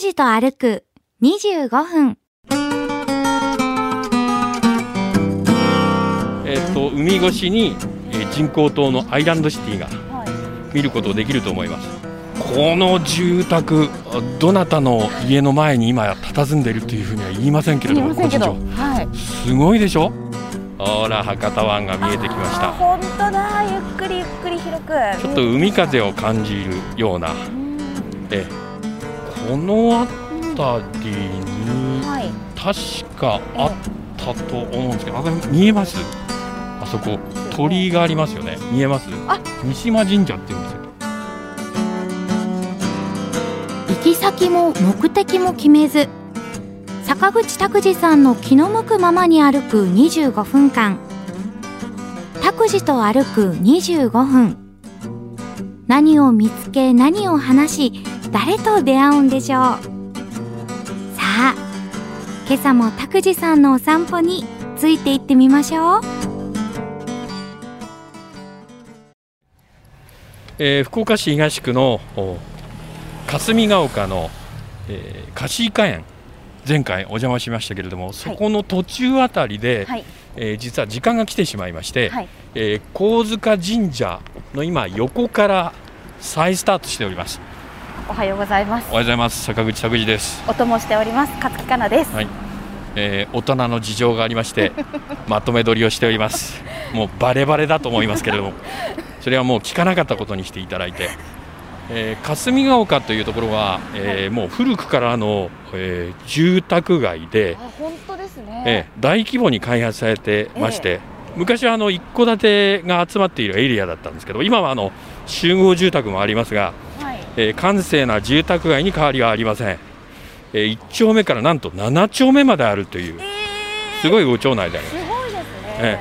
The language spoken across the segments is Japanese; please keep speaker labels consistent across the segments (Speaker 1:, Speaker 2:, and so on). Speaker 1: 事と歩く25分。
Speaker 2: えっと海越しに、えー人工島のアイランドシティが見ることできると思いますこの住宅どなたの家の前に今佇んでいるというふうには言いませんけれ
Speaker 3: 見
Speaker 2: ど
Speaker 3: え
Speaker 2: も
Speaker 3: ませんけど。はい。
Speaker 2: 個人情報すごいでしょほら博多湾が見えてきまし
Speaker 3: あー
Speaker 2: た
Speaker 3: 本当だ。ゆっくりゆっくり広く。
Speaker 2: ちょっと海風を感じるような
Speaker 3: うん。
Speaker 2: ええこの辺りに
Speaker 3: はい。
Speaker 2: 確かあったと思うんですけど、あ見えますあそこ鳥居がありますよね見えます
Speaker 3: あ
Speaker 2: 三島神社っていうんですよ
Speaker 1: 行き先も目的も決めず、坂口拓司さんの気の向くままに歩く25分間。拓司と歩く25分。何を見つけ、何を話し、誰と出会うんでしょう。さあ、今朝も拓司さんのお散歩について行ってみましょう。
Speaker 2: えー福岡市東区のお霞ヶ丘の、えー、菓子イカ園前回お邪魔しましたけれどもそこの途中あたりで、
Speaker 3: はい。
Speaker 2: えー実は時間が来てしまいまして、
Speaker 3: はい。
Speaker 2: えー、神塚神社の今横から再スタートしております
Speaker 3: おはようございます
Speaker 2: お。はようございます坂口拓司です、
Speaker 3: お供しております。勝木かなです。
Speaker 2: はいえー、大人の事情がありまして まとめ撮りをしておりますもうバレバレだと思いますけれどもそれはもう聞かなかったことにしていただいて、えー、霞ヶ丘というところは、えーもう古くからの、えー住宅街で、
Speaker 3: あ、本当ですね。
Speaker 2: ええ大規模に開発されてまして、昔はあの一戸建てが集まっているエリアだったんですけど今はあの集合住宅もありますが、
Speaker 3: はい。
Speaker 2: えー、閑静な住宅街に変わりはありません、えー、1丁目からなんと7丁目まであるというすごいご町内であります
Speaker 3: すごいですね。
Speaker 2: え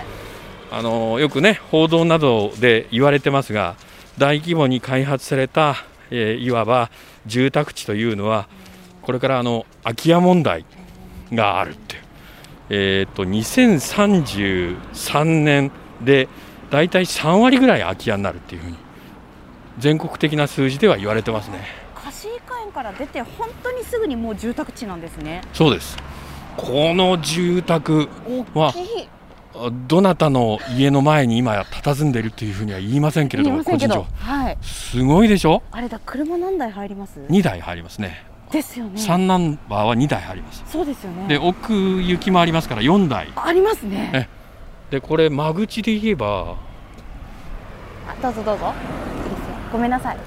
Speaker 2: あのーよくね報道などで言われてますが大規模に開発された、えーいわば住宅地というのはこれからあの空き家問題があるっていう、えー、と2033年でだいたい3割ぐらい空き家になるっていうふうに全国的な数字では言われてますね。
Speaker 3: 菓子会館から出て本当にすぐにもう住宅地なんですね。
Speaker 2: そうですこの住宅は
Speaker 3: い。
Speaker 2: どなたの家の前に今佇んでいるというふうには言いませんけれ
Speaker 3: 見
Speaker 2: ど
Speaker 3: え
Speaker 2: も
Speaker 3: ませんけ
Speaker 2: 個
Speaker 3: ど。
Speaker 2: 人情報
Speaker 3: はい。
Speaker 2: すごいでしょ
Speaker 3: あれだ車何台入ります？
Speaker 2: 2台入りますね、
Speaker 3: ですよね。
Speaker 2: 3ナンバーは2台入ります
Speaker 3: そうですよね。
Speaker 2: で奥行きもありますから4台
Speaker 3: ありますね。
Speaker 2: でこれ間口で言えば
Speaker 3: あどうぞどうぞ。いいですよごめんなさい。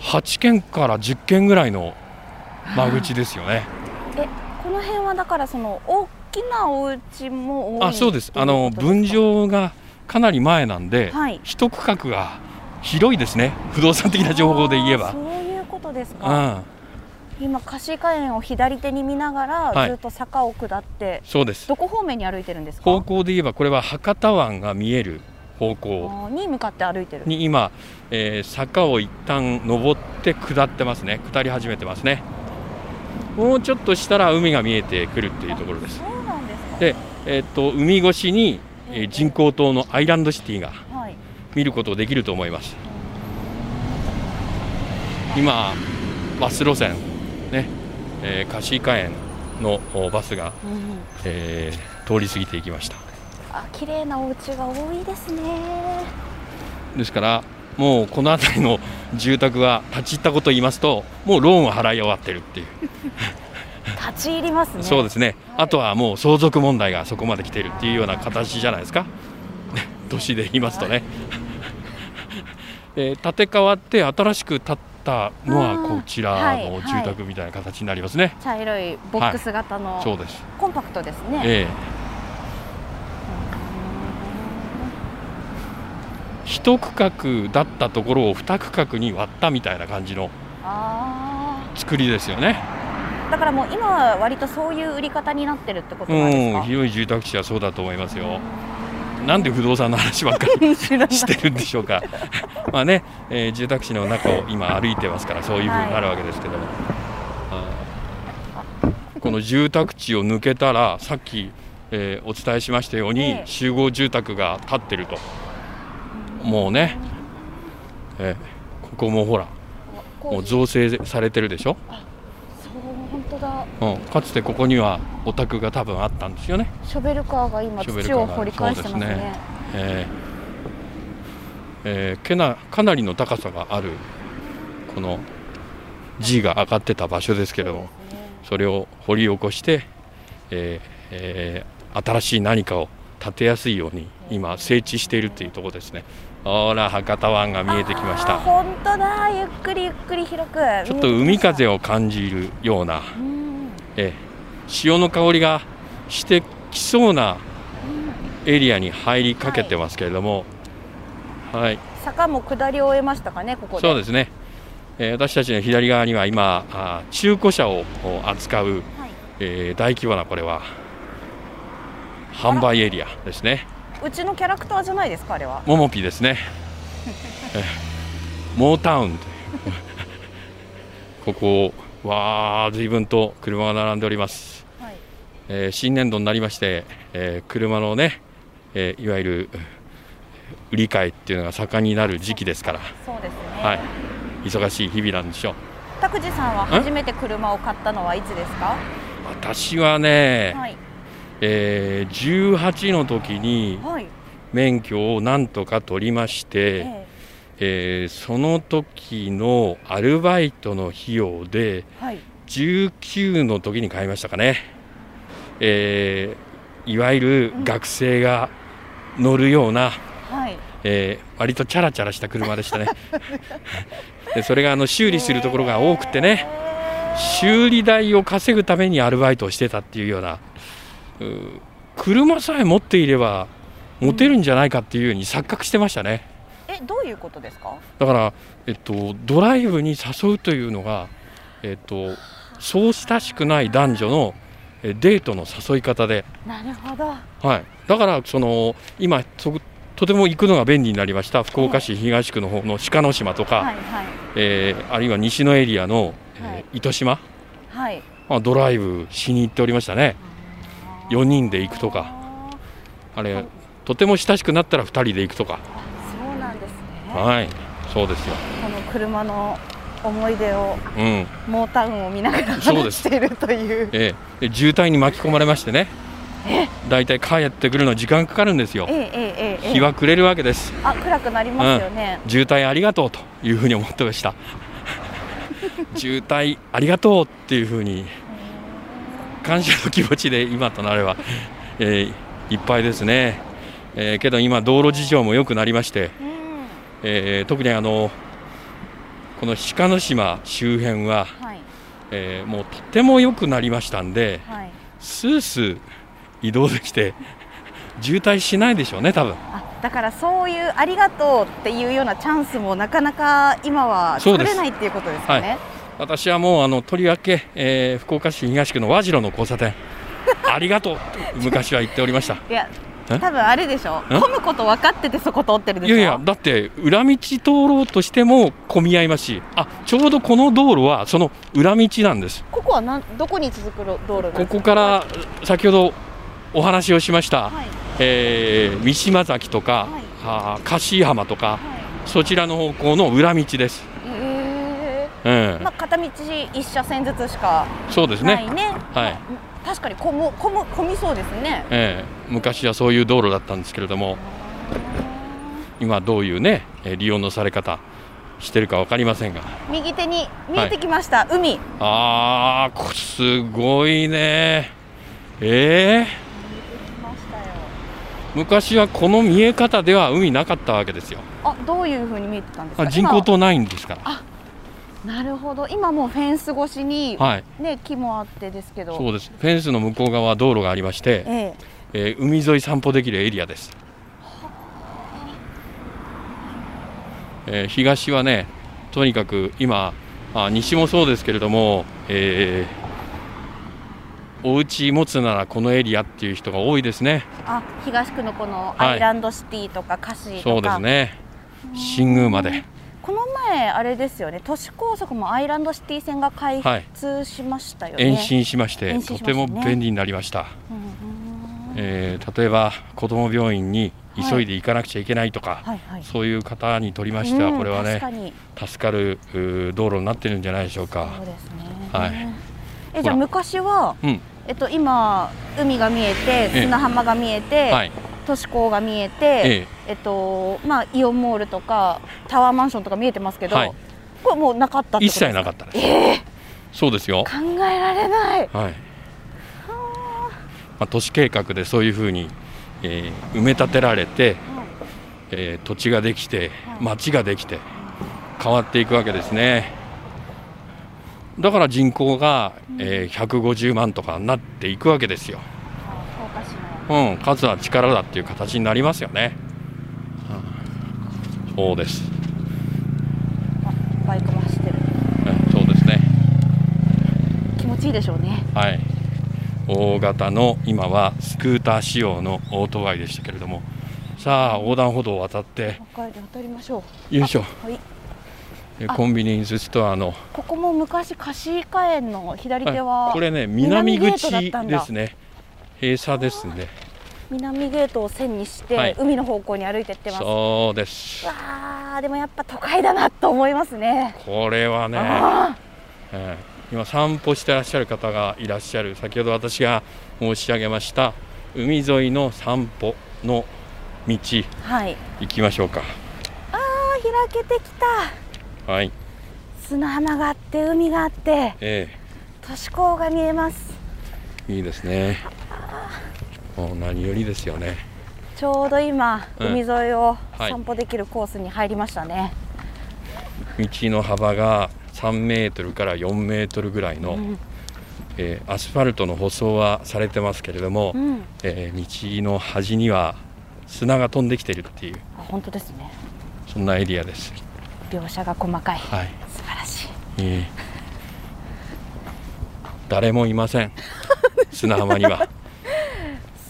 Speaker 2: 8軒から10軒ぐらいの間口ですよね
Speaker 3: この辺はだからその大きなお家も多い
Speaker 2: あそうです
Speaker 3: ってい
Speaker 2: あの
Speaker 3: ことですか
Speaker 2: 分譲がかなり前なんで、
Speaker 3: はい
Speaker 2: 一区画が広いですね不動産的な情報で言え
Speaker 3: あー
Speaker 2: ば
Speaker 3: そういうことです
Speaker 2: う
Speaker 3: か。
Speaker 2: ん
Speaker 3: 今貸花園を左手に見ながら、
Speaker 2: はい
Speaker 3: ずっと坂を下って
Speaker 2: そうです
Speaker 3: どこ方面に歩いてるんですか。
Speaker 2: 方向で言えばこれは博多湾が見える方向
Speaker 3: あーに向かって歩いてる。
Speaker 2: に今、えー坂を一旦登って下ってますね下り始めてますねもうちょっとしたら海が見えてくるっていうところです
Speaker 3: そうなんですか。
Speaker 2: で、えーっと海越しに、えー人工島のアイランドシティが
Speaker 3: はい。
Speaker 2: 見ることできると思います今バス路線ね、えー、貸花園のおバスが、
Speaker 3: うん
Speaker 2: えー通り過ぎていきました
Speaker 3: あ綺麗なお家が多いですね。
Speaker 2: ですからもうこの辺りの住宅は立ち入ったことを言いますともうローンを払い終わってるっていう
Speaker 3: 立ち入りますね。
Speaker 2: そうですね、
Speaker 3: はい
Speaker 2: あとはもう相続問題がそこまで来ているっていうような形じゃないですか、 年で言いますとね。 えー建て替わって新しく建ったの
Speaker 3: あ
Speaker 2: は
Speaker 3: ー
Speaker 2: こちら
Speaker 3: は
Speaker 2: の
Speaker 3: い
Speaker 2: 住宅みたいな形になりますね、
Speaker 3: 茶色いボックス型の、
Speaker 2: そうです、
Speaker 3: コンパクトですね。
Speaker 2: ええ一区画だったところを二区画に割ったみたいな感じの
Speaker 3: あ
Speaker 2: 作りですよね、
Speaker 3: あ、だからもう今は割とそういう売り方になってるってことなんです
Speaker 2: う
Speaker 3: か。
Speaker 2: ん、広い住宅地はそうだと思いますよ。なんで不動産の話ばっか り
Speaker 3: 知らない
Speaker 2: してるんでしょうか。 まあね、えー住宅地の中を今歩いてますからそういうふうになるわけですけども、あーこの住宅地を抜けたらさっき、えーお伝えしましたように、
Speaker 3: ええ
Speaker 2: 集合住宅が建ってるともうね、えーここもほら
Speaker 3: こ
Speaker 2: も
Speaker 3: う
Speaker 2: う造成されてるでしょ。
Speaker 3: 当だ
Speaker 2: うん、かつてここにはお宅が多分あったんですよね、
Speaker 3: ショベルカーが今
Speaker 2: ショベル
Speaker 3: 土
Speaker 2: カーが
Speaker 3: を掘り返してます
Speaker 2: そ
Speaker 3: ね
Speaker 2: うですねえーえーけなかなりの高さがあるこの G が上がってた場所ですけれども
Speaker 3: そうですね
Speaker 2: それを掘り起こして、えーえー新しい何かを建てやすいように今整地しているというところですねほら博多湾が見えてきまし
Speaker 3: あー
Speaker 2: た
Speaker 3: 本当だゆっくりゆっくり広く
Speaker 2: ちょっと海風
Speaker 3: を
Speaker 2: を感じるような、えー潮の香りがしてきそうなエリアに入りかけてますけれども、はい、
Speaker 3: 坂も下り終えましたかねここで
Speaker 2: そう
Speaker 3: で
Speaker 2: ですね、えー私たちの左側には今、あー中古車をお扱う、
Speaker 3: はい
Speaker 2: えー大規模なこれは販売エリアですね、
Speaker 3: すうちのキャラクターじゃないですかあれは
Speaker 2: モモピです ね、えーモータウン というここを、わー、随分と車が並んでおります。
Speaker 3: はい
Speaker 2: えー新年度になりまして、えー車のね、えーいわゆる売り買いっていうのが盛んになる時期ですから、
Speaker 3: そうですね
Speaker 2: はい、忙しい日々なんでしょう。
Speaker 3: 拓司さんは初めて車を買ったのはいつですか
Speaker 2: 私はね、
Speaker 3: はい
Speaker 2: えー18の時に
Speaker 3: はい
Speaker 2: 免許をなんとか取りまして、
Speaker 3: え
Speaker 2: えーその時のアルバイトの費用で
Speaker 3: えはい
Speaker 2: 19の時に買いましたかね、えーいわゆる学生が乗るような、
Speaker 3: はい
Speaker 2: えー割とチャラチャラした車でした ねでそれがあの修理するところが多くてね
Speaker 3: え
Speaker 2: 修理代を稼ぐためにアルバイトをしてたっていうようなうー車さえ持っていれば持てるんじゃないかっていうように錯覚してましたね
Speaker 3: えどういうことですか
Speaker 2: だから、えっと、ドライブに誘うというのが、えっと、そう親しくない男女のえデートの誘い方で、
Speaker 3: なるほど
Speaker 2: はい、だからその今ととても行くのが便利になりました福岡市東区の方の鹿の島とか、
Speaker 3: はいはい
Speaker 2: えーあるいは西のエリアの、えー
Speaker 3: はい
Speaker 2: 糸島、
Speaker 3: はい
Speaker 2: まあ、ドライブしに行っておりましたね4人で行くとか
Speaker 3: あー
Speaker 2: あれとても親しくなったら2人で行くとか
Speaker 3: そうなんですね
Speaker 2: はいそうですよ、
Speaker 3: この車の思い出を
Speaker 2: うんえ
Speaker 3: モータウンを見ながら
Speaker 2: そうで
Speaker 3: 話
Speaker 2: す
Speaker 3: しているという
Speaker 2: えで渋滞に巻き込まれましてねだいたい帰ってくるの時間かかるんですよ
Speaker 3: ええええええ
Speaker 2: 日は暮れるわけです
Speaker 3: あ暗くなりますよね、
Speaker 2: 渋滞ありがとうというふうに思ってま した渋滞ありがとうっていうふうに感謝の気持ちで今となれば、えーいっぱいですね、えーけど今道路事情も良くなりまして、
Speaker 3: うん
Speaker 2: えー特にあのこの鹿の島周辺は、
Speaker 3: はい
Speaker 2: えーもうとても良くなりましたんで
Speaker 3: はい
Speaker 2: スースー移動できて渋滞しないでしょうね多分
Speaker 3: あだからそういうありがとうっていうようなチャンスもなかなか今は
Speaker 2: そう
Speaker 3: 作
Speaker 2: です
Speaker 3: れないっていうことですよね
Speaker 2: 私はもうあのとりわけ、えー福岡市東区の和白の交差点ありがとうって昔は言っておりました
Speaker 3: い、や
Speaker 2: え
Speaker 3: 多分あれでしょ
Speaker 2: え
Speaker 3: 混むこと分かっててそこ通ってるで
Speaker 2: い
Speaker 3: しょ
Speaker 2: やいやだって裏道通ろうとしても混み合いますしあちょうどこの道路はその裏道なんです
Speaker 3: ここはなんどこに続く道路なんで
Speaker 2: こ
Speaker 3: す
Speaker 2: こから先ほどお話をしました、
Speaker 3: はい
Speaker 2: えー三島崎とか、
Speaker 3: はい
Speaker 2: あー樫浜とか
Speaker 3: はい
Speaker 2: そちらの方向の裏道です、
Speaker 3: え
Speaker 2: うん
Speaker 3: えまあ片道一車線ずつしか
Speaker 2: そうですね
Speaker 3: ないね
Speaker 2: はい
Speaker 3: まあ確かに混む混む混みそうですね
Speaker 2: えー昔はそういう道路だったんですけれども今どういうねえー利用のされ方してるか分かりませんが
Speaker 3: 右手に見えてきました、海
Speaker 2: あーこすごいねえ
Speaker 3: ましたよ
Speaker 2: ー昔はこの見え方では海なかったわけですよ
Speaker 3: あどういう風に見えてたんですか
Speaker 2: あ人工島ないんですから
Speaker 3: 今なるほど今もうフェンス越しに、
Speaker 2: はい
Speaker 3: ね木もあってですけど
Speaker 2: そうですフェンスの向こう側は道路がありまして、
Speaker 3: ええ
Speaker 2: えー海沿い散歩できるエリアです、えー東はねとにかく今あ西もそうですけれども、えー、お家持つならこのエリアっていう人が多いですね
Speaker 3: あ東区のこの
Speaker 2: はい
Speaker 3: アイランドシティとかカシー
Speaker 2: そ
Speaker 3: と
Speaker 2: うで
Speaker 3: か、
Speaker 2: すね新宮まで
Speaker 3: この前あれですよね都市高速もアイランドシティ線が開通しましたよね、
Speaker 2: 延伸しまして
Speaker 3: 延伸しま
Speaker 2: と
Speaker 3: したね
Speaker 2: ても便利になりました、
Speaker 3: うんうん
Speaker 2: えー例えば子ども病院に急いで行かなくちゃいけないとか、
Speaker 3: はいはい
Speaker 2: そういう方にとりましては
Speaker 3: うん
Speaker 2: これはね、
Speaker 3: 確かに
Speaker 2: 助かるうー道路になってるんじゃないでしょうか
Speaker 3: そうですね、
Speaker 2: はい
Speaker 3: えじゃあ
Speaker 2: ほら
Speaker 3: 昔は、
Speaker 2: うん
Speaker 3: えっと、今海が見え
Speaker 2: え
Speaker 3: て砂浜が見えて、
Speaker 2: はい、
Speaker 3: 都市高が見えて、
Speaker 2: え
Speaker 3: え
Speaker 2: え
Speaker 3: っとまあ、イオンモールとかタワーマンションとか見えてますけど、
Speaker 2: はい
Speaker 3: これもうなかったってことで
Speaker 2: 一
Speaker 3: すか
Speaker 2: 切なかったです、そうですよ、
Speaker 3: 考えられない
Speaker 2: はいまあ、都市計画でそういうふうに、えー埋め立てられて、えー土地ができて
Speaker 3: はい
Speaker 2: 町ができて変わっていくわけですねだから人口が、えー150万とかになっていくわけですよ、
Speaker 3: 福岡市の
Speaker 2: うん、数は力だっていう形になりますよね、うんそうです
Speaker 3: あバイクも走ってる
Speaker 2: うんそうですね
Speaker 3: 気持ちいいでしょうね
Speaker 2: はい、大型の今はスクーター仕様のオートバイでしたけれどもさあ横断歩道を渡って
Speaker 3: 北海道渡りましょう
Speaker 2: よいしょ
Speaker 3: はい
Speaker 2: え
Speaker 3: あ
Speaker 2: コンビニエンスストアの
Speaker 3: ここも昔貸花園の左手は、
Speaker 2: はいこれね南
Speaker 3: 南ゲートだっ
Speaker 2: 口
Speaker 3: たんだ
Speaker 2: ですね閉鎖ですね
Speaker 3: 南ゲートを線にして、
Speaker 2: はい
Speaker 3: 海の方向に歩いていってます
Speaker 2: そうです
Speaker 3: わあでもやっぱ都会だなと思いますね
Speaker 2: これはね、
Speaker 3: あ
Speaker 2: ええ今散歩してらっしゃる方がいらっしゃる先ほど私が申し上げました海沿いの散歩の道行
Speaker 3: ーはい
Speaker 2: きましょうか
Speaker 3: あー開けてきた
Speaker 2: はい
Speaker 3: 砂浜があって海があって
Speaker 2: ええ
Speaker 3: 都市高が見えます
Speaker 2: いいですね。もう何よりですよね。
Speaker 3: ちょうど今、
Speaker 2: うん
Speaker 3: 海沿いを
Speaker 2: はい
Speaker 3: 散歩できるコースに入りましたね、
Speaker 2: 道の幅が3メートルから4メートルぐらいの、
Speaker 3: うん
Speaker 2: えーアスファルトの舗装はされてますけれども、
Speaker 3: うん
Speaker 2: えー道の端には砂が飛んできてるっていう
Speaker 3: あ本当ですね
Speaker 2: そんなエリアです。
Speaker 3: 描写が細かい
Speaker 2: はい。
Speaker 3: 素晴らしい
Speaker 2: えー誰もいません。 砂浜には。まあ、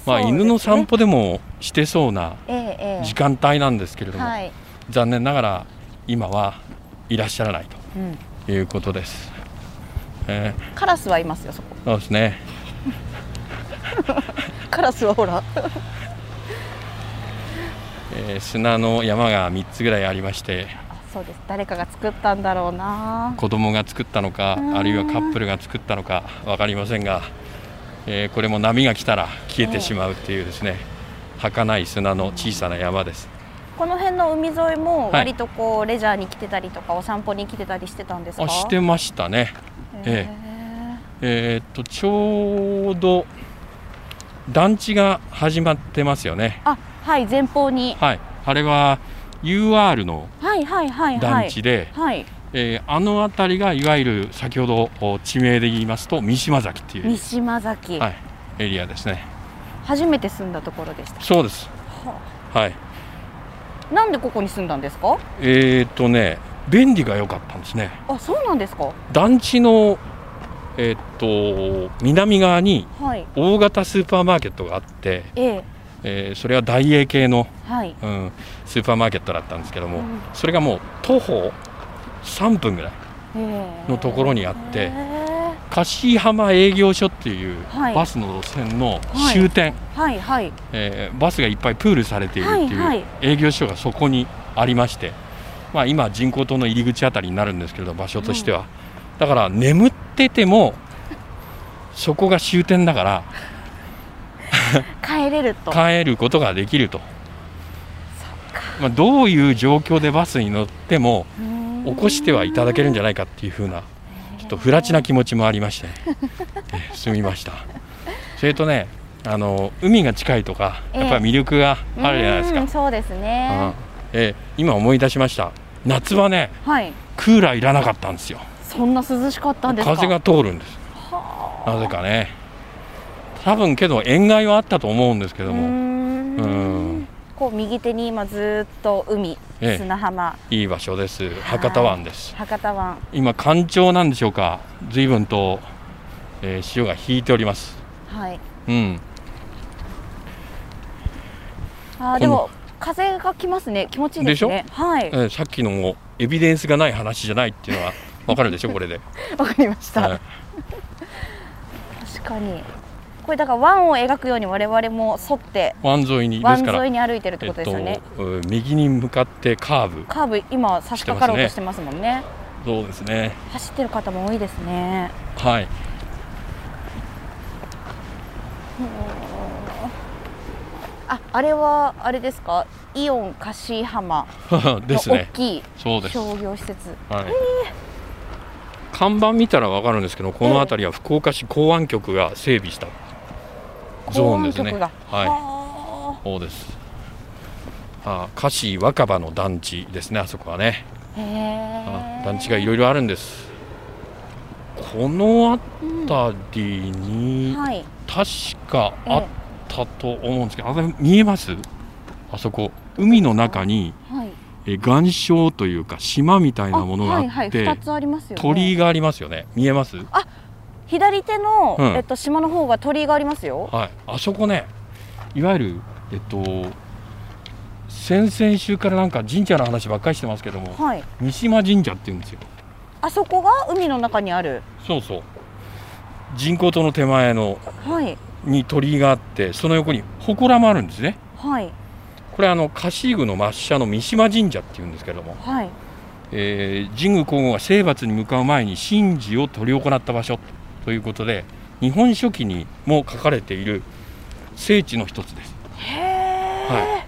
Speaker 3: そうですね
Speaker 2: 犬の散歩でもしてそうな
Speaker 3: ええええ
Speaker 2: 時間帯なんですけれども、
Speaker 3: はい、
Speaker 2: 残念ながら今はいらっしゃらないと。
Speaker 3: うん、
Speaker 2: いうことです。え
Speaker 3: カラスはいますよそこ
Speaker 2: ーそうですね。
Speaker 3: カラスはほら
Speaker 2: えー砂の山が3つぐらいありまして、
Speaker 3: そうです誰かが作ったんだろうな
Speaker 2: 子供が作ったのか、
Speaker 3: うん
Speaker 2: あるいはカップルが作ったのかわかりませんが、えーこれも波が来たら消えてしまうっていうですね、儚い砂の小さな山です。
Speaker 3: この辺の海沿いも
Speaker 2: はい
Speaker 3: 割とこうレジャーに来てたりとかお散歩に来てたりしてたんですか
Speaker 2: あ、してましたね。ええーっとちょうど団地が始まってますよね。
Speaker 3: あはい前方に
Speaker 2: はい、あれは UR の
Speaker 3: はいはいはいは
Speaker 2: 団
Speaker 3: い
Speaker 2: 地で。
Speaker 3: はい
Speaker 2: えーあの辺りがいわゆる先ほどお地名で言いますと三島崎っていう
Speaker 3: 三、島崎、
Speaker 2: はい、エリアですね
Speaker 3: 初めて住んだところでした
Speaker 2: そうです
Speaker 3: は
Speaker 2: はい
Speaker 3: なんでここに住んだんですか
Speaker 2: えっ、とね便利が良かったんですね
Speaker 3: あそうなんですか
Speaker 2: 団地のえっ、と南側に
Speaker 3: はい
Speaker 2: 大型スーパーマーケットがあって、
Speaker 3: ええ
Speaker 2: えーそれは大英系の、
Speaker 3: はい
Speaker 2: うん、スーパーマーケットだったんですけども、
Speaker 3: うん
Speaker 2: それがもう徒歩3分ぐらいの
Speaker 3: の
Speaker 2: ところにあって樫浜営業所っていう
Speaker 3: はい
Speaker 2: バスの路線の終点、
Speaker 3: はいはい
Speaker 2: えーバスがいっぱいプールされているっていう、
Speaker 3: はいはい
Speaker 2: 営業所がそこにありまして、まあ、今人工島の入り口あたりになるんですけれど場所としては、だから眠っててもそこが終点だから
Speaker 3: 帰れると
Speaker 2: 帰ることができると、まあ、どういう状況でバスに乗っても起こしてはいただけるんじゃないかっていうふうなちょっと不らちな気持ちもありま して、えー住みましたそれとねあの海が近いとかやっぱり魅力があるじゃないですか
Speaker 3: うん、そうですね
Speaker 2: えー今思い出しました夏はね
Speaker 3: はい
Speaker 2: クーラーいらなかったんですよ
Speaker 3: そんな涼しかったんですか
Speaker 2: 風が通るんですなぜかね多分けど塩害はあったと思うんですけ
Speaker 3: う
Speaker 2: ど
Speaker 3: ー
Speaker 2: も、
Speaker 3: ん
Speaker 2: うん
Speaker 3: こう右手に今ずーっと海、
Speaker 2: ええ
Speaker 3: 砂浜
Speaker 2: いい場所です博多湾です
Speaker 3: 博多湾
Speaker 2: 今干潮なんでしょうか随分と、えー潮が引いております
Speaker 3: はい
Speaker 2: うん
Speaker 3: あーでも風が来ますね気持ちいいですねはい
Speaker 2: えーさっきのもエビデンスがない話じゃないっていうの はわかるでしょこれで、
Speaker 3: わかりました、
Speaker 2: はい
Speaker 3: 確かにこれだから湾を描くように我々も沿って
Speaker 2: 湾沿いにで
Speaker 3: 湾
Speaker 2: すから
Speaker 3: 沿いに歩いてるって
Speaker 2: え
Speaker 3: こ
Speaker 2: っ
Speaker 3: とです
Speaker 2: と
Speaker 3: よね、
Speaker 2: えー右に向かってカーブ
Speaker 3: カーブ今差し掛かろうとしてますもんね
Speaker 2: そうですね
Speaker 3: 走ってる方も多いですね
Speaker 2: はい。
Speaker 3: ああれはあれですかイオン樫浜
Speaker 2: で
Speaker 3: の
Speaker 2: す
Speaker 3: 大
Speaker 2: ね
Speaker 3: きい
Speaker 2: そうです、はい、
Speaker 3: 商業施設、
Speaker 2: 看板見たらわかるんですけどこの辺りは福岡市港湾局が整備したゾーンですね
Speaker 3: 公安局が、
Speaker 2: はい
Speaker 3: は
Speaker 2: そうですあ菓子若葉の団地ですねあそこはね
Speaker 3: あへ
Speaker 2: あ
Speaker 3: え
Speaker 2: 団地がいろいろあるんですこの
Speaker 3: うん
Speaker 2: 辺りに
Speaker 3: はい
Speaker 2: 確か
Speaker 3: え
Speaker 2: あったと思うんですけど、あれ見えますあそこ海の中に
Speaker 3: えはい
Speaker 2: え岩礁というか島みたいなものがあって、
Speaker 3: はいはい、二つありますよ、ね、
Speaker 2: 鳥居がありますよね見えます
Speaker 3: 左手の、
Speaker 2: うん
Speaker 3: えっと、島の方が鳥居がありますよ
Speaker 2: はいあそこねいわゆるえっと先々週からなんか神社の話ばっかりしてますけども
Speaker 3: はい
Speaker 2: 三島神社って言うんですよ
Speaker 3: あそこが海の中にある
Speaker 2: そうそう人工島の手前の
Speaker 3: はい
Speaker 2: に鳥居があってその横に祠もあるんですね
Speaker 3: はい
Speaker 2: これあの菓子具の抹茶の三島神社っていうんですけども、
Speaker 3: はい
Speaker 2: えー神宮皇后が征伐に向かう前に神事を執り行った場所ということで日本書紀にも書かれている聖地の一つです、
Speaker 3: へえ、
Speaker 2: はい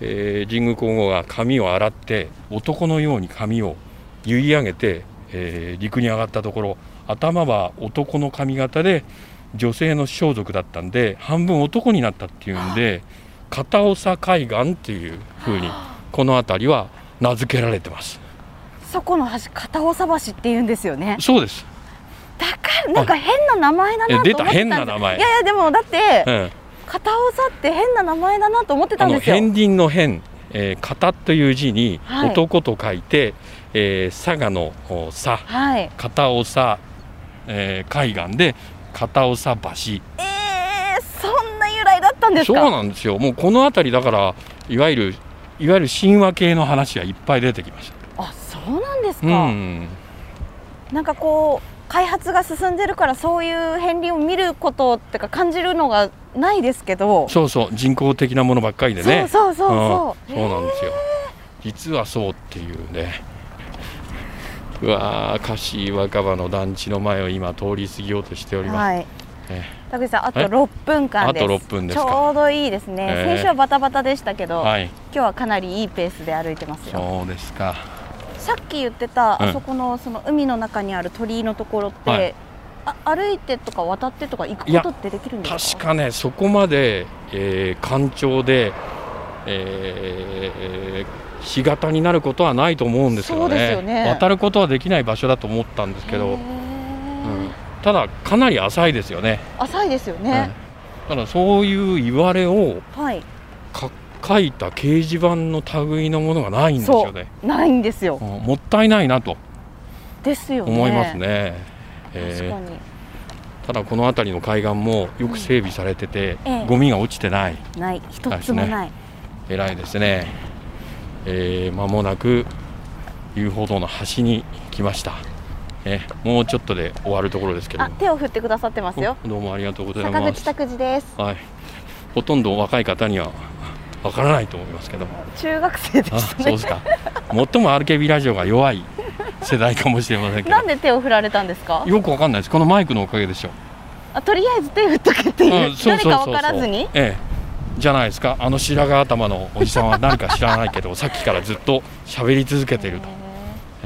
Speaker 2: えー神宮皇后が髪を洗って男のように髪を結い上げて、えー陸に上がったところ頭は男の髪型で女性の装束だったんで半分男になったっていうんで片長海岸っていうふうにこの辺りは名付けられてます
Speaker 3: そこの橋片尾桟橋って言うんですよね
Speaker 2: そうです、
Speaker 3: だからなんか変な名前だなと思ってたんです
Speaker 2: え出た変な名前
Speaker 3: いやいやでもだって
Speaker 2: うん、
Speaker 3: 片尾さって変な名前だなと思ってた
Speaker 2: あ
Speaker 3: ん
Speaker 2: の
Speaker 3: ですよ
Speaker 2: 片鱗の片、えー、片という字に
Speaker 3: はい
Speaker 2: 男と書いて、えー佐賀のお佐
Speaker 3: はい
Speaker 2: 片尾佐、えー海岸で片尾佐橋
Speaker 3: えー、そんな由来だったんです
Speaker 2: そう
Speaker 3: か
Speaker 2: なんですよもうこの辺りだからいわゆるいわゆる神話系の話がいっぱい出てきまし
Speaker 3: あそうなんです
Speaker 2: た、
Speaker 3: か、
Speaker 2: うん、
Speaker 3: なんかこう開発が進んでるからそういう片鱗を見ることってか感じるのがないですけど
Speaker 2: そうそう人工的なものばっかりでね
Speaker 3: そうそうそうそう
Speaker 2: うんそうなんですよ、実はそうっていうねうわー菓子若葉の団地の前を今通り過ぎようとしております、
Speaker 3: はい
Speaker 2: え
Speaker 3: 田口さんあと
Speaker 2: え
Speaker 3: 6分間です
Speaker 2: あと6分ですか
Speaker 3: ちょうどいいですね、
Speaker 2: えー
Speaker 3: 先週はバタバタでしたけど、
Speaker 2: はい、
Speaker 3: 今日はかなりいいペースで歩いてますよ
Speaker 2: そうですか。
Speaker 3: さっき言ってた、
Speaker 2: うん
Speaker 3: あそこのその海の中にある鳥居のところって、
Speaker 2: はい
Speaker 3: あ歩いてとか渡ってとか行く
Speaker 2: い
Speaker 3: こ
Speaker 2: や
Speaker 3: とってできるんですか
Speaker 2: 確かね、そこまで、えー、干潮で、えー、干潟になることはないと思うんですけど
Speaker 3: そうです
Speaker 2: ね
Speaker 3: よね
Speaker 2: 渡ることはできない場所だと思ったんですけ
Speaker 3: へ
Speaker 2: ど、う
Speaker 3: ー
Speaker 2: ん、ただかなり浅いですよね。
Speaker 3: 浅いですよ
Speaker 2: う
Speaker 3: ね
Speaker 2: ん、ただそういう言われを
Speaker 3: はい
Speaker 2: か書いた掲示板の類のものがないんですよね。
Speaker 3: ないんですよ
Speaker 2: うんもったいないなと
Speaker 3: ですよね
Speaker 2: 思いますね。えー
Speaker 3: 確かに
Speaker 2: ただこの辺りの海岸もよく整備されてて、
Speaker 3: うんええ
Speaker 2: ゴミが落ちてない。
Speaker 3: ない一つもない、
Speaker 2: 偉いですね、えー間もなく遊歩道の端に来ました、えーもうちょっとで終わるところですけれ
Speaker 3: あ
Speaker 2: ども
Speaker 3: 手を振ってくださってますよ
Speaker 2: おどうもありがとうござい
Speaker 3: 坂
Speaker 2: ま
Speaker 3: 口
Speaker 2: す、
Speaker 3: 拓司です
Speaker 2: はい、ほとんど若い方にはわからないと思いますけども
Speaker 3: 中学生で
Speaker 2: あ
Speaker 3: し
Speaker 2: そう
Speaker 3: た
Speaker 2: で
Speaker 3: ね
Speaker 2: すか最も RKB ラジオが弱い世代かもしれませんけ
Speaker 3: なん
Speaker 2: ど
Speaker 3: で手を振られたんですか
Speaker 2: よくわかんないですこのマイクのおかげで しょ
Speaker 3: あとりあえず手振っとけっていう、
Speaker 2: うんそうそうそうそう
Speaker 3: 誰か分からずに
Speaker 2: ええじゃないですかあの白髪頭のおじさんは何か知らないけ どさっきからずっと喋り続けていると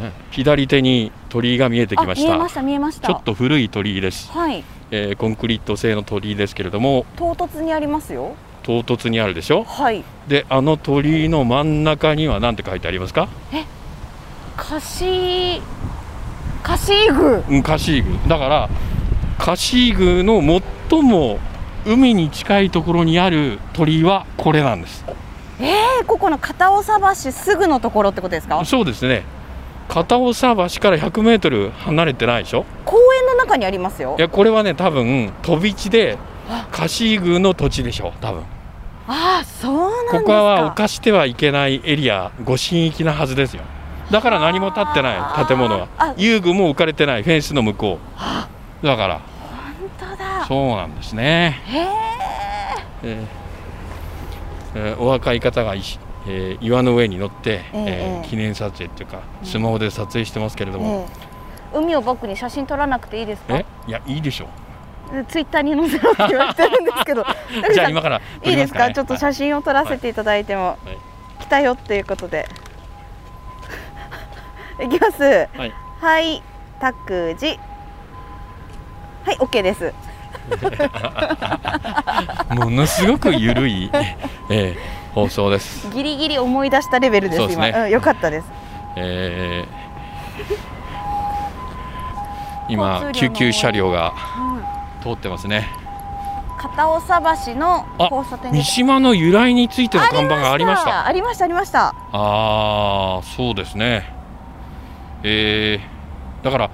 Speaker 2: ええ左手に鳥居が見えてき
Speaker 3: あ
Speaker 2: まし
Speaker 3: 見え
Speaker 2: た
Speaker 3: ました見えました
Speaker 2: ちょっと古い鳥居です、
Speaker 3: はい
Speaker 2: えーコンクリート製の鳥居ですけれども
Speaker 3: 唐突にありますよ
Speaker 2: 唐突にあるでしょ
Speaker 3: はい
Speaker 2: であの鳥居の真ん中には何て書いてありますか
Speaker 3: カシカシ具
Speaker 2: うんカシーグだからカシーグの最も海に近いところにある鳥居はこれなんです
Speaker 3: えここの片尾桟橋すぐのところってことですか
Speaker 2: そうですね片尾桟橋から100メートル離れてないでしょ
Speaker 3: 公園の中にありますよ
Speaker 2: いやこれはね多分飛び地で
Speaker 3: あ
Speaker 2: カシーグの土地でしょう多分
Speaker 3: ああそうなんですか
Speaker 2: ここは犯してはいけないエリアご神域なはずですよだから何も建ってない建物は
Speaker 3: あーあ
Speaker 2: 遊具も置かれてないフェンスの向こうだから
Speaker 3: 本当だ
Speaker 2: そうなんですね、
Speaker 3: へえ
Speaker 2: えーえーお若い方がいし、えー岩の上に乗って、え
Speaker 3: えええ
Speaker 2: ー
Speaker 3: え
Speaker 2: 記念撮影っていうかスマホで撮影してますけれども、
Speaker 3: ええ海をバックに写真撮らなくていいですか
Speaker 2: えいやいいでしょう
Speaker 3: ツイッターに載せろって言われてるんで すけど高
Speaker 2: じゃあ
Speaker 3: さん
Speaker 2: 今から撮
Speaker 3: いい
Speaker 2: りま
Speaker 3: ですす
Speaker 2: か、
Speaker 3: か
Speaker 2: ね、
Speaker 3: ちょっと写真を撮らせていただいても、
Speaker 2: はい
Speaker 3: 来たよっていうことでいきます
Speaker 2: はい、
Speaker 3: はいタクジはい OK です
Speaker 2: はいものすごくゆる い、えー放送です、
Speaker 3: ギリギリ思い出したレベルです
Speaker 2: そうですね
Speaker 3: 今、うん、よかったです
Speaker 2: えー今
Speaker 3: 交通
Speaker 2: 救
Speaker 3: 量の
Speaker 2: 急車両が通ってますね
Speaker 3: 片尾桟橋の交差点
Speaker 2: 三島の由来についての看板がありました
Speaker 3: ありましたありました
Speaker 2: ああそうですねえーだから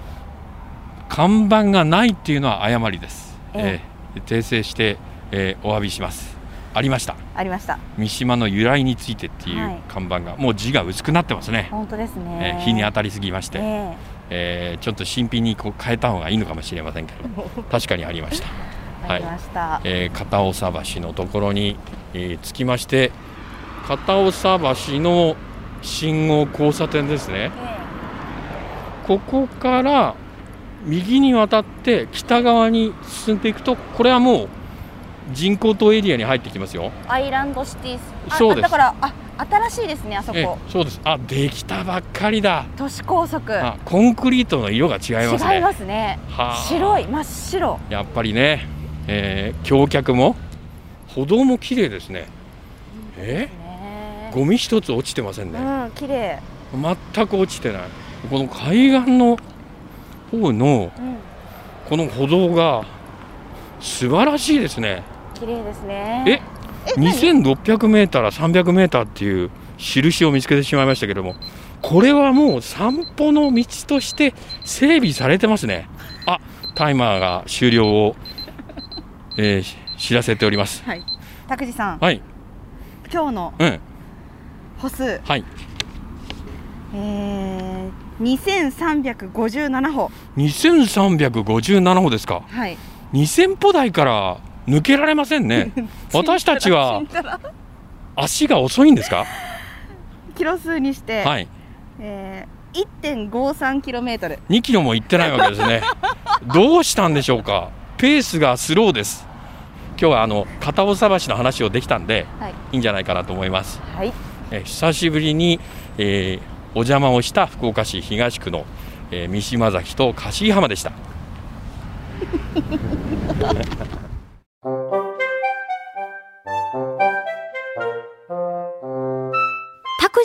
Speaker 2: 看板がないっていうのは誤りです、え
Speaker 3: え
Speaker 2: ー訂正して、えーお詫びしますありました
Speaker 3: ありました
Speaker 2: 三島の由来についてってい
Speaker 3: は
Speaker 2: う
Speaker 3: い
Speaker 2: 看板が、もう字が薄くなってますね、
Speaker 3: 本当です
Speaker 2: え
Speaker 3: ね、
Speaker 2: ー日に当たりすぎまして、え
Speaker 3: え
Speaker 2: ーちょっと新品にこう変えた方がいいのかもしれませんけ ど確かにありました
Speaker 3: え
Speaker 2: はい
Speaker 3: ありました、
Speaker 2: えー片尾桟橋のところに、えー着きまして片尾桟橋の信号交差点ですねここから右に渡って北側に進んでいくとこれはもう人工島エリアに入ってきますよ
Speaker 3: アイランドシティスあ
Speaker 2: そうです
Speaker 3: だからあ新しいですねあそ
Speaker 2: え
Speaker 3: こ
Speaker 2: そうですあできたばっかりだ
Speaker 3: 都市高速
Speaker 2: あコンクリートの色が違いますね
Speaker 3: 違いますね
Speaker 2: はあ
Speaker 3: 白い真っ白
Speaker 2: やっぱりね、えー橋脚も歩道も綺麗ですねえ
Speaker 3: ね
Speaker 2: ゴミ一つ落ちてませんね、
Speaker 3: うん綺麗
Speaker 2: 全く落ちてないこの海岸の方の
Speaker 3: うん
Speaker 2: この歩道が素晴らしいですね
Speaker 3: 綺麗ですね
Speaker 2: え2600メーター300メーターっていう印を見つけてしまいましたけどもこれはもう散歩の道として整備されてますねあタイマーが終了を、えーし知らせております
Speaker 3: はい拓司さん
Speaker 2: はい
Speaker 3: 今日の
Speaker 2: うん
Speaker 3: 歩数
Speaker 2: はい
Speaker 3: えー2357歩
Speaker 2: 2357歩ですか
Speaker 3: はい
Speaker 2: 2000歩台から抜けられませんね私たちは
Speaker 3: 死んだら死んだら
Speaker 2: 足が遅いんですか
Speaker 3: キロ数にして、
Speaker 2: はい
Speaker 3: えー、1.53キロメートル
Speaker 2: 2キロも行ってないわけですねどうしたんでしょうかペースがスローです今日はあの片尾桟橋の話をできたんで
Speaker 3: はい
Speaker 2: いいんじゃないかなと思います
Speaker 3: はい
Speaker 2: えー久しぶりに、えーお邪魔をした福岡市東区の、えー三島崎と樫浜でした
Speaker 1: タク